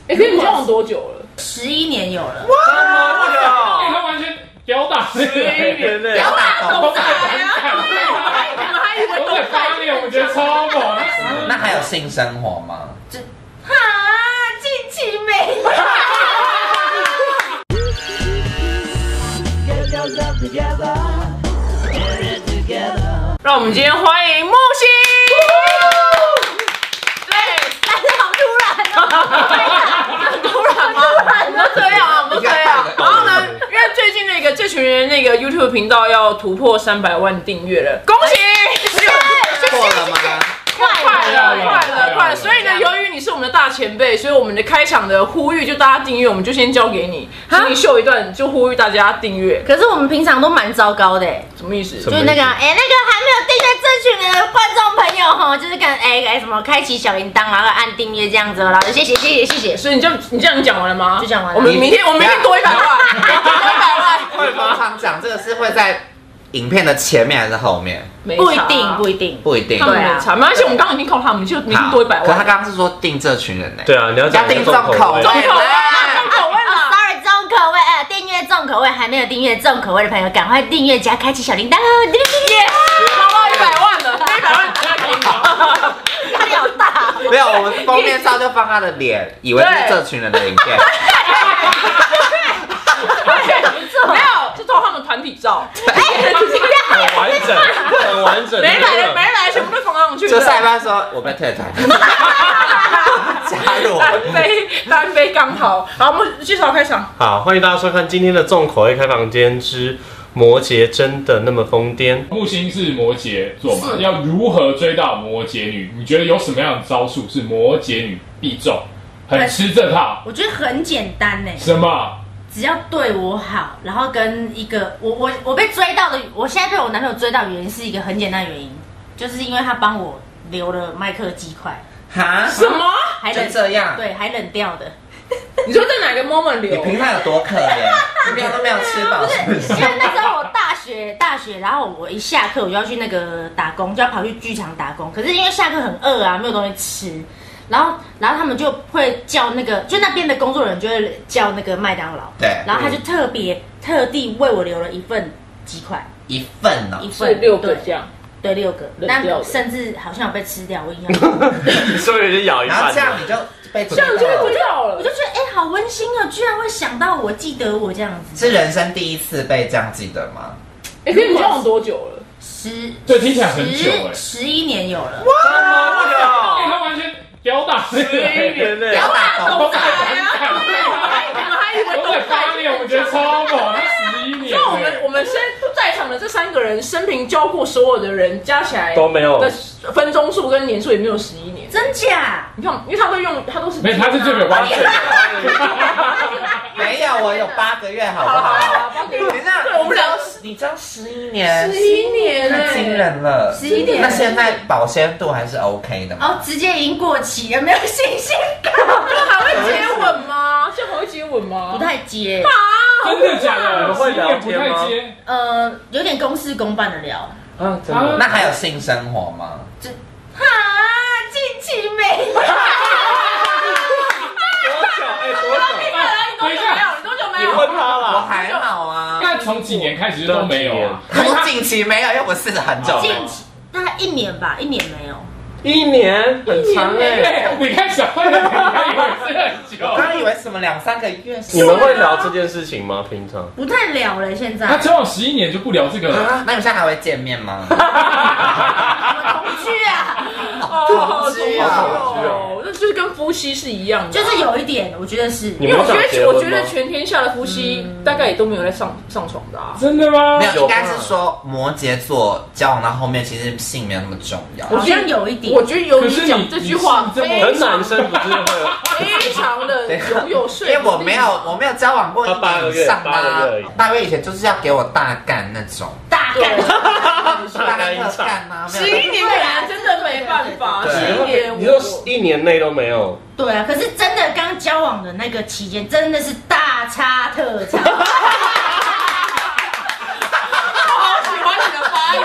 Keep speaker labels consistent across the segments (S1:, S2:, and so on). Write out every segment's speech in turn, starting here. S1: 哎，可以交往多久了？
S2: 十一年有了，
S3: 哎
S4: 哇，
S3: 他完全屌打十
S4: 十一年呢，
S2: 屌打
S3: 我
S2: 狗仔
S3: 感
S2: 啊！
S3: 觉
S1: 我还以为
S3: 我在八年，我觉得超猛。
S5: 那还有性生活吗？
S2: 啊，近期没有。
S1: 让我们今天欢迎木星。
S2: 但是好突然哦！
S1: 啊突然吗？我们都这样啊，我们都这样。然后呢，因为最近那个这群人那个 YouTube 频道要突破三百万订阅了，恭喜！
S5: 过了吗？
S1: 快了，快
S3: 快
S1: 了，
S3: 了
S1: 快了！所以呢，由于你是我们的大前辈，所以我们的开场的呼吁就大家订阅，我们就先交给你，请你秀一段，就呼吁大家订阅，
S2: 可是我们平常都蛮糟糕的、欸，
S1: 什么意思？
S4: 什
S2: 就
S4: 么
S2: 是那个哎、那个还没有订阅这群的观众朋友哈，就是看哎哎、什么开启小铃铛，然后按订阅这样子哦，然后谢谢谢谢谢谢。
S1: 所以你这样，你这样你讲完了吗？
S2: 就讲完了
S1: 我们明天，我们明天多一百万，多一百万，
S5: 会通常讲这个是会在影片的前面还是后面？
S1: 没
S2: 不一
S1: 差
S2: 定不一定，
S5: 不一定。
S1: 他们
S2: 对啊
S1: 没差，没关系，我们刚刚已经靠他们，就明天
S5: 好
S1: 多一百
S5: 可他
S1: 万。
S5: 刚刚是说定这群人呢？
S4: 对啊，你要
S5: 要
S4: 讲
S5: 定
S4: 重
S5: 重口味
S4: 味
S1: 重。口味啦
S5: 哎
S1: 重口味
S6: 啊
S2: 哦
S1: 啦
S2: sorry，重口味，
S6: 哎
S2: 呃，订阅重口味，还没有订阅重口味的朋友，赶快订阅加开启小铃
S6: 哦
S2: 铛，叮叮叮
S1: 超到一百万了，一百万加给你。
S2: 叮，压力好大。
S5: 没有，我们封面照就放他的脸，以为是这群人的影片。
S1: 没有，是照他们团体照，哎
S4: 很完整，很完整。
S1: 没来的没来，全部都放上去。
S5: 就下一班说我被退 团，加入我
S1: 单
S5: 们。
S1: 飞，单飞刚好。好，我们介绍开场。
S4: 好，欢迎大家收看今天的重口味开房间之摩羯真的那么疯癫？
S3: 木星是摩羯座嘛，要如何追到摩羯女？你觉得有什么样的招数是摩羯女必中，很吃这套？
S6: 我觉得很简单呢，欸
S3: 什么？
S6: 只要对我好，然后跟一个我我我被追到的，我现在被我男朋友追到的原因是一个很简单的原因，就是因为他帮我留了麦克鸡块，
S5: 哈？
S1: 什么？
S6: 还
S5: 就
S6: 冷
S5: 这样？
S6: 对，还冷掉的，
S1: 你说在哪个 moment
S5: 你
S1: 留？
S5: 平常有多可怜？你平常都没有吃 饱，是不是
S6: 因？为那时候我大学大学，然后我一下课我就要去那个打工，就要跑去剧场打工。可是因为下课很饿啊，没有东西吃，然后然后他们就会叫那个，就那边的工作人员就会叫那个麦当劳，
S5: 对
S6: 然后他就特别、特地为我留了一份鸡块，
S5: 一份哦呢
S6: 一？份
S1: 是啊六个
S6: 对
S1: 这样。
S6: 对六个，
S1: 冷掉
S6: 那
S1: 的
S6: 甚至好像有被吃掉，我印象中，
S4: 你说有点咬一
S5: 然后
S4: 半
S5: 这样你就被
S1: 这样就会知道
S6: 我
S1: 了
S6: 就。觉得哎、好温馨哦，居然会想到我，记得我这样子，
S5: 是人生第一次被这样记得吗？
S1: 哎，跟你交往多久了？
S6: 十
S3: 对听起来很久哎
S6: 十一年有了，
S4: 啊
S3: 哎，
S4: 哇，
S3: 他完全屌打十
S4: 十一年呢？
S5: 屌打狗
S3: 我
S5: 仔
S3: 感，
S1: 我还以为
S3: 我在八年，我觉得超猛，十一年。
S1: 那我们我们现在在场的这三个人，生平交过所有的人加起来
S4: 都没有
S1: 的分钟数跟年数也没有十一年。
S6: 真假？
S1: 你看，因为他都用，他都是
S3: 没有，他是最没有关系。
S5: 没有，我有八个月，好不
S1: 好了好了，
S5: 好？
S1: 好了，
S5: 你这样，
S1: 对我们俩
S5: 你这样十一年，
S1: 十一年欸呢
S5: 太惊人了。
S6: 十一年
S5: 那现在保鲜度还是 OK 的吗？
S6: 哦，直接已经过期了，没有信心感，
S1: 这样还会接吻吗？这样还会接吻吗
S6: 不？太接，
S3: 真的假的？
S4: 你们会聊天吗
S3: 十一年
S6: 呃，有点公事公办的聊。
S4: 啊，
S3: 真的
S5: 那还有性生活吗？
S6: 啊，近期没有，
S4: 多久？哎，多久？
S3: 不太接。等一下，
S1: 你多久没
S4: 你
S1: 有？
S4: 问他
S5: 我
S4: 啦。
S5: 哦还好啊。
S3: 那从几年开始就都没有啊？
S5: 他说近期没有，因为我试了很久
S6: 近
S5: 了。
S6: 期大概一年吧，一年没有。
S4: 一年很长哎。
S3: 对，你看小朋友，以为是很久
S5: 我。刚以为什么两三个月，
S4: 你们会聊这件事情吗？平常？
S6: 不太聊了，现在
S3: 他交往十一年就不聊这个
S6: 啊
S3: 了。
S5: 那你们现在还会见 面吗？
S6: 同居啊，
S1: 哦，好
S5: 恐惧啊
S4: 好恐惧
S1: 哦
S4: 哦，
S1: 那就是跟夫妻是一样的，
S6: 就是有一点，我觉得是
S4: 你
S1: 因为
S4: 们
S1: 我觉
S4: 想结
S1: 得，我
S4: 婚
S1: 觉得
S4: 吗？
S1: 全天下的夫妻大概也都没有在上上床的啊。
S3: 真的吗
S5: 没有，应该是说摩羯座交往到后面，其实性没有那么重要。
S6: 好像有一点
S1: 我。觉得有
S3: 可
S1: 你
S3: 是
S1: 讲
S3: 你
S1: 这句话，
S3: 你是这
S1: 非
S3: 么
S4: 可是
S1: 常
S4: 男生不是会有？
S1: 非常的
S5: 等一下
S1: 拥有
S5: 因
S1: 说
S5: 为
S1: 服力
S5: 我没有，我没有交往过一
S4: 他八个
S5: 年
S4: 月
S5: 以上的
S4: 八个月而已
S5: 啊，八个月以前就是要给我大干那种，
S6: 大概
S5: 大
S4: 大干
S5: 干特
S4: 一场。
S5: 干啊，
S1: 十一年可能真的没办法，
S5: 对
S1: 十一年
S4: 你说
S1: 我
S4: 一年内都没有，
S6: 对啊，可是真的刚交往的那个期间，真的是大差特差。
S1: 好喜欢你的发音，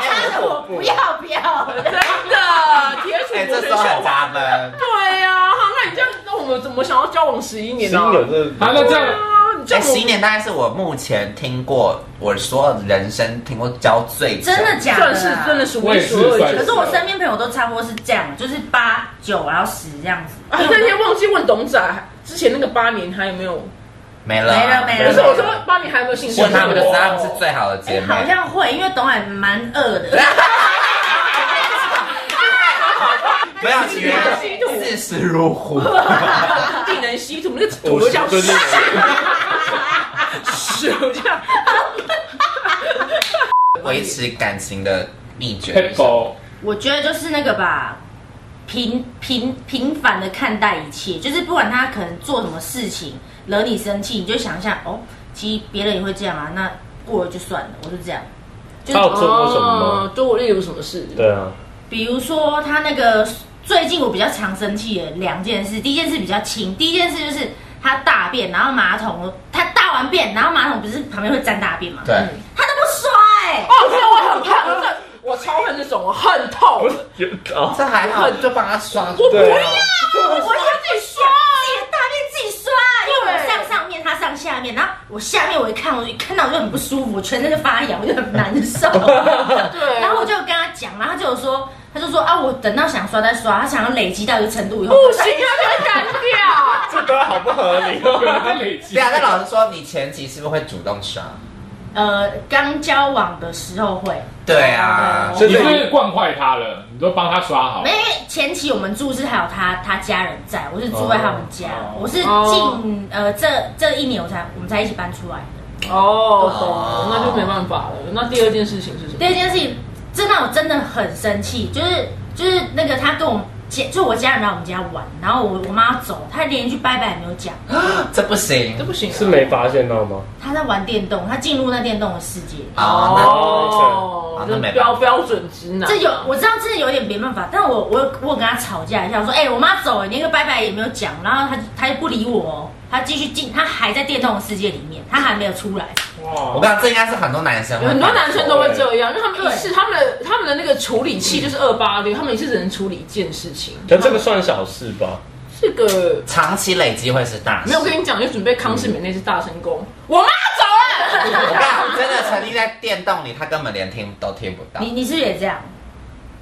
S6: 但是我不要不要，
S1: 真的铁
S5: 哎，
S1: 杵
S5: 这
S1: 磨
S5: 时候
S1: 成
S5: 很
S1: 小
S5: 加分。
S1: 对呀、啊，你这样，那我们怎么想要交往十一年
S4: 新
S1: 呢、啊？
S4: 友这
S3: 好，那这
S1: 对
S3: 样
S1: 啊，你这
S5: 哎，
S1: 样我
S5: 十一年大概是我目前听过我所有人生听过交最久
S6: 真的假
S1: 算
S6: 的、啊？
S1: 是啊真的。数
S3: 我
S1: 一
S3: 也是
S1: 数二
S3: 算
S1: 的。
S3: 是
S6: 可是我身边朋友都差不多是这样，就是八九然后哎十这样子。
S1: 啊，那天忘记问董仔之前那个八年还有没有？
S5: 没了
S6: 没了没了
S1: 不是我说八年还有没有兴趣？
S5: 哎问他们就知道他们是最好的
S6: 哎、
S5: 姐妹。
S6: 好像会，因为董海蛮恶的。
S5: 不要急
S1: 地能吸
S5: 视死如虎。
S1: 土，地能吸土，那个土都这样
S4: 最近
S1: 咻这样。
S5: 维持感情的秘诀
S3: p，e
S6: 我觉得就是那个吧，平平平凡的看待一切，就是不管他可能做什么事情惹你生气，你就想一下哦，其实别人也会这样啊，那过了就算了，我就这样。
S4: 他有做过什么吗？
S1: 哦？做过例如什么事？
S4: 对啊，
S6: 比如说他那个最近我比较常生气的两件事，第一件事比较轻，第一件事就是他大便，然后马桶他大完便，然后马桶不是旁边会沾大便吗？
S5: 对，
S1: 嗯
S6: 他都不刷哎、
S1: 哦，这个我很怕，我这我超恨这种，我恨透。我
S4: 有啊，
S5: 这还好，就帮他刷出
S1: 不
S5: 来。
S1: 要，
S6: 我要自己刷，自己的大便自己刷，因为我上上面，他上下面，然后我下面我一看，我一看到我就很不舒服，我全身就发痒，我就很难受。
S1: 对
S6: 然后我就跟他讲，然后他就有说，他就说啊，我等到想刷再刷，他想要累积到一个程度以后，
S1: 不行啊，这会干掉。
S4: 这都好不合理哦。
S3: 太累积
S5: 对。啊，那老师说你前期是不是会主动刷？
S6: 呃，刚交往的时候会，
S5: 对啊，
S4: 所
S3: 你
S4: 以
S3: 是不是惯坏他了？你都帮他刷好
S6: 没，。因为前期我们住是还有他他家人在，我是住在他们家，
S3: 哦
S6: 我是近、
S1: 哦
S6: 呃这这一年我才我们才一起搬出来的。
S1: 哦，懂了，那就没办法了。那第二件事情是什
S6: 第
S1: 么？
S6: 二件事情，真的我真的很生气，就是就是那个他跟我家，就我家人来我们家玩，然后我我妈走，他连一句拜拜也没有讲，
S5: 这不行
S1: 哦这不行啊，
S4: 是没发现到吗？
S6: 他在玩电动，他进入那电动的世界。
S5: 啊。
S1: 哦
S5: 啊，那没办
S1: 标
S5: 法
S1: 标准直男啊。
S6: 这有我知道，这有点没办法，但我我我有跟他吵架一下，我说，哎、我妈走了，你那个拜拜也没有讲，然后他他就不理我、哦，他继续进，他还在电动的世界里面，他还没有出来。
S5: 我
S3: 哇，
S5: 跟你讲，这应该是很多男生会
S1: 有很
S5: 犯错，
S1: 多男生都会这样，因为他
S6: 对
S1: 们一次他们的他们的那个处理器就是二八六，他们一次只能处理一件事情。
S4: 但这个算小事吧？
S1: 这个
S5: 长期累积会是大事。
S1: 没有我跟你讲，就准备康世美那次大成功，我妈走了。
S5: 我跟你讲，真的沉浸在电动里，他根本连听都听不到
S6: 你。你是不是也这样？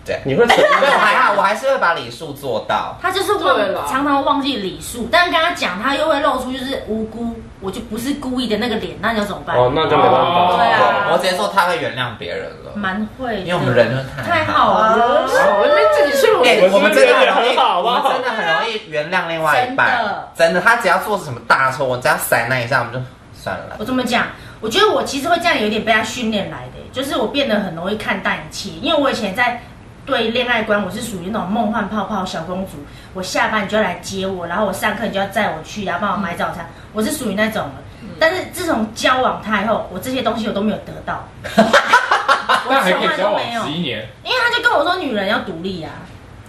S5: 对，
S4: 你会承认
S5: 没有 还好，我还是会把礼数做到。
S6: 他就是忘
S1: 对啦
S6: 常常忘记礼数，但跟他讲，他又会露出就是无辜，我就不是故意的那个脸，那你要怎么办？
S4: 哦，那就没办法。
S6: 对啊
S5: 我直接说他会原谅别人了，
S6: 蛮会的，
S5: 因为我们人就是
S6: 太
S5: 太
S6: 好了，
S1: 我那边自己去，我
S5: 哎、我们
S4: 我们这
S5: 真的
S4: 个人也很好好不好
S5: 我们真的很容易原谅另外一半
S6: 真的，
S5: 真的，他只要做什么大错，我只要塞那一下，我们就算了
S6: 我。这么讲，我觉得我其实会这样，有点被他训练来的，就是我变得很容易看淡一切。因为我以前在对恋爱观，我是属于那种梦幻泡泡小公主，我下班你就要来接我，然后我上课你就要载我去，然后帮我买早餐，我是属于那种的。
S1: 嗯
S6: 但是自从交往他以后，我这些东西我都没有得到，
S3: 那还可以交
S6: 我从来都
S3: 往
S6: 没有
S3: 十一年，
S6: 因为他就跟我说女人要独立啊，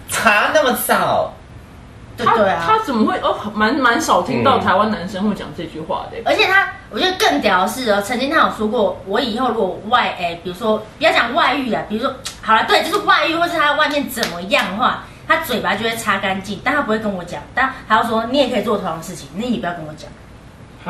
S5: 查那么早，
S6: 对
S1: 他
S6: 对啊。
S1: 他怎么会哦？蛮蛮少听到
S4: 嗯
S1: 台湾男生会讲这句话的。
S6: 而且他，我觉得更屌的是哦，曾经他有说过，我以后如果外，哎、比如说不要讲外遇啊，比如说好了，对，就是外遇，或是他外面怎么样的话，他嘴巴就会擦干净，但他不会跟我讲，但他要说你也可以做同样的事情，你也不要跟我讲，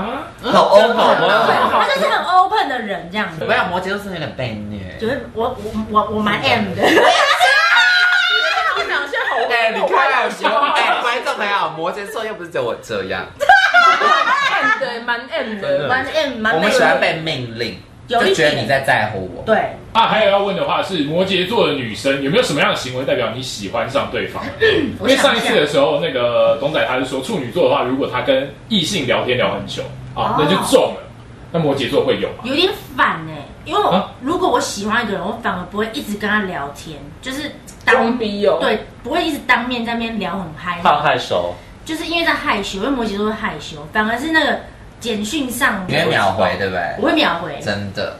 S3: 啊，
S5: 好 open
S4: 吗
S5: 哦。
S6: 他就是很 open 的人这样
S5: 我
S6: 子，
S5: 跟你讲，摩羯座是有点被虐。
S6: 就是我我我我蛮 M 的，
S1: 他们俩现在好，
S5: 哎、你
S1: 好
S5: 看，
S1: 好
S5: 我觉得
S1: 笑啊
S5: 哎，观众朋友，摩羯座又不是只有我这样，哎
S1: 对，蛮 M
S4: 真的
S1: 的。
S6: 蛮 M 蛮
S5: 我
S6: 被
S5: 们喜欢被命令，
S6: 有一
S5: 就觉得
S6: 点
S5: 你在在乎我。
S6: 对，
S3: 啊，还有要问的话是，摩羯座的女生有没有什么样的行为代表你喜欢上对方了？因
S6: 嗯我
S3: 为
S6: 想
S3: 上一
S6: 一下
S3: 次，的时候，那个董仔他是说，处女座的话，如果他跟异性聊天聊很久
S6: 哦
S3: 啊，那就中了。那摩羯座会有吗？
S6: 有点反哎、因为我、
S3: 啊
S6: 如果我喜欢一个人，我反而不会一直跟他聊天，就是
S1: 装逼哦，，
S6: 对，不会一直当面在那边聊很嗨，
S4: 怕害熟，
S6: 就是因为在害羞，因为摩羯座会害羞，反而是那个简讯上
S5: 你会秒回，对不
S6: 我
S5: 对？
S6: 会秒回，
S5: 真的，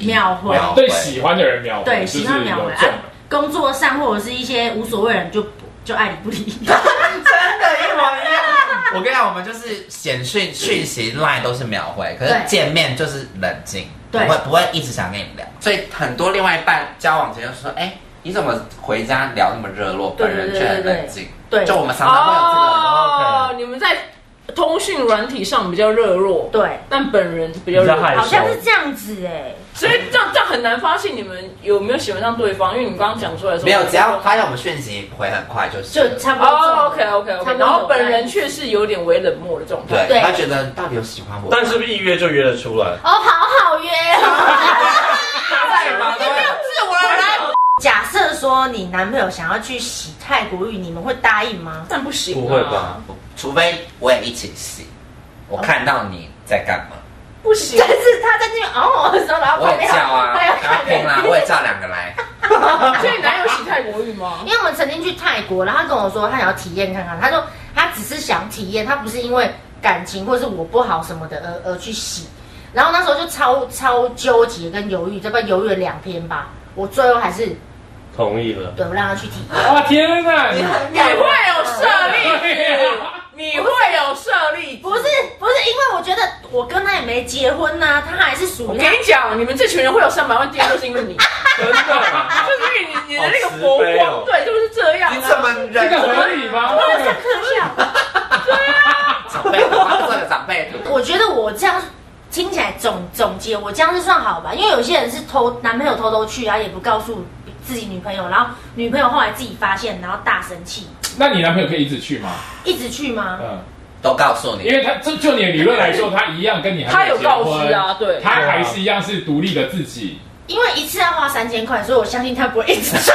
S6: 秒回
S5: 秒
S3: 对喜欢的人秒回，
S6: 哦对，
S3: 就是
S6: 喜
S3: 有
S6: 欢
S3: 中
S6: 秒回。
S3: 了
S6: 啊。，工作上或者是一些无所谓的人就不就爱理不理，
S5: 真的，一模一样。我跟你讲，我们就是简讯、讯息、line 都是秒回，可是
S6: 对
S5: 见面就是冷静，不
S6: 对
S5: 会不会一直想跟你聊。所以很多另外一半交往前就说：“哎、你怎么回家聊那么热络，
S6: 对
S5: 本人却很冷静？”
S6: 对对对对
S5: 就我们常常会有这个。
S1: 哦通讯软体上比较热络，
S6: 对，
S1: 但本人比较弱
S4: 比较害羞
S6: 好像是这样子哎、
S1: 所以这样这样很难发现你们有没有喜欢上对方，因为你们刚刚讲出来的时候
S5: 没有，只要发现我们讯息回很快就是。
S6: 就差不多这种。
S1: 哦，OK OK
S6: 差
S1: OK，
S6: 不多
S1: 然后本人却是有点微冷漠的状态。
S5: 对
S6: 对
S5: 他觉得到底有喜欢我，
S4: 但是不是一约就约得出来？
S6: 哦，好好约 哦。
S1: 在吗？
S6: 是我来。假设说你男朋友想要去洗泰国浴，你们会答 应吗？
S1: 但不行、啊，
S4: 不会吧？
S5: 除非我也一起洗，我看到你在干嘛，
S1: 不行
S6: 但。是他在那边哦的时候，然后
S5: 我
S6: 旁
S5: 也
S6: 边
S5: 叫啊，
S6: 他要
S5: 然后
S6: 看
S5: 拼
S6: 人
S5: 啦，我也叫两个来，
S1: 所以你男友洗泰国浴吗
S2: 因？为我们曾经去泰国，然后他跟我说他想要体验看看，他说他只是想体验，他不是因为感情或是我不好什么的而而去洗。然后那时候就超超纠结跟犹豫，这不犹豫了两天吧，我最后还是
S4: 同意了。
S2: 对我让他去体验。
S6: 哎
S3: 啊天哪！你
S1: 你会有设立子，你会有设立子。
S6: 不是不是，因为我觉得我跟他也没结婚呐、他还是属
S1: 我
S6: 于
S1: 跟你讲，你们这群人会有上百万订阅，就是因为 你，就
S4: 真的？
S1: 是因为你你的那个佛
S4: 哦
S1: 光，对，就是这样、啊
S5: 你怎么
S3: 这
S5: 忍
S3: 个
S5: 住？
S3: 合理吗？这个
S5: 长辈图，他做个长辈图，
S6: 我觉得我这样听起来总总结，我这样是算好吧？因为有些人是偷男朋友偷偷去，然后也不告诉自己女朋友，然后女朋友后来自己发现，然后大生气，
S3: 那你男朋友可以一直去吗？
S6: 一直去吗？
S3: 嗯，
S5: 都告诉你
S3: 因。为他就就你的理论来说，他一样跟你
S1: 他
S3: 还没
S1: 有
S3: 有结
S1: 告知
S3: 婚，
S1: 啊，对。
S3: 他还是一样是独立的自己，
S6: 因为一次要花三千块，所以我相信他不会一直 去。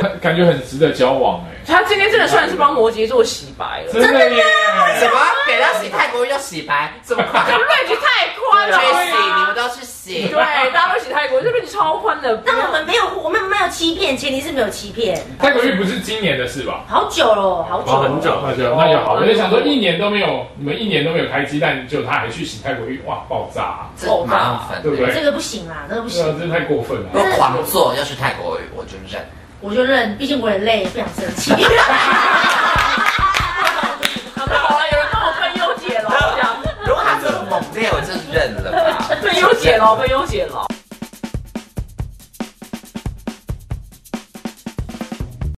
S3: 感感觉很值得交往哎。
S1: 他今天真的算是帮摩羯座洗白了，
S3: 真的耶！
S5: 什么？给他洗泰国浴就洗白，这么快？
S1: 瑞局太
S6: 哎
S1: 宽
S5: 去
S1: 了
S5: 洗，你
S1: 啊，
S5: 们都去洗。
S1: 对，大家都洗泰国，这边超宽的。不
S6: 但
S1: 要
S6: 我们没有，我们没有欺骗，前提是没有欺骗。
S3: 泰国浴不是今年的事吧？
S6: 好久了，好久了。
S4: 哦，很久。
S3: 那就那就好，我就想说一年都没有，你们一年都没有开机，但就他还去洗泰国浴，哇，爆炸啊！
S5: 这蛮好分
S3: 对不
S5: 的。
S3: 对？
S6: 这个不行啦，这个不
S3: 对啊，
S6: 行，
S3: 真太过分了
S5: 如。果狂做要去泰国浴，我就认。
S6: 我就认，毕竟我也累，不想生气。
S1: 好了好了，有人帮我 分忧解劳，这样
S5: 如果他这么猛烈，我就认了吧。
S1: 分忧解劳，分忧解劳。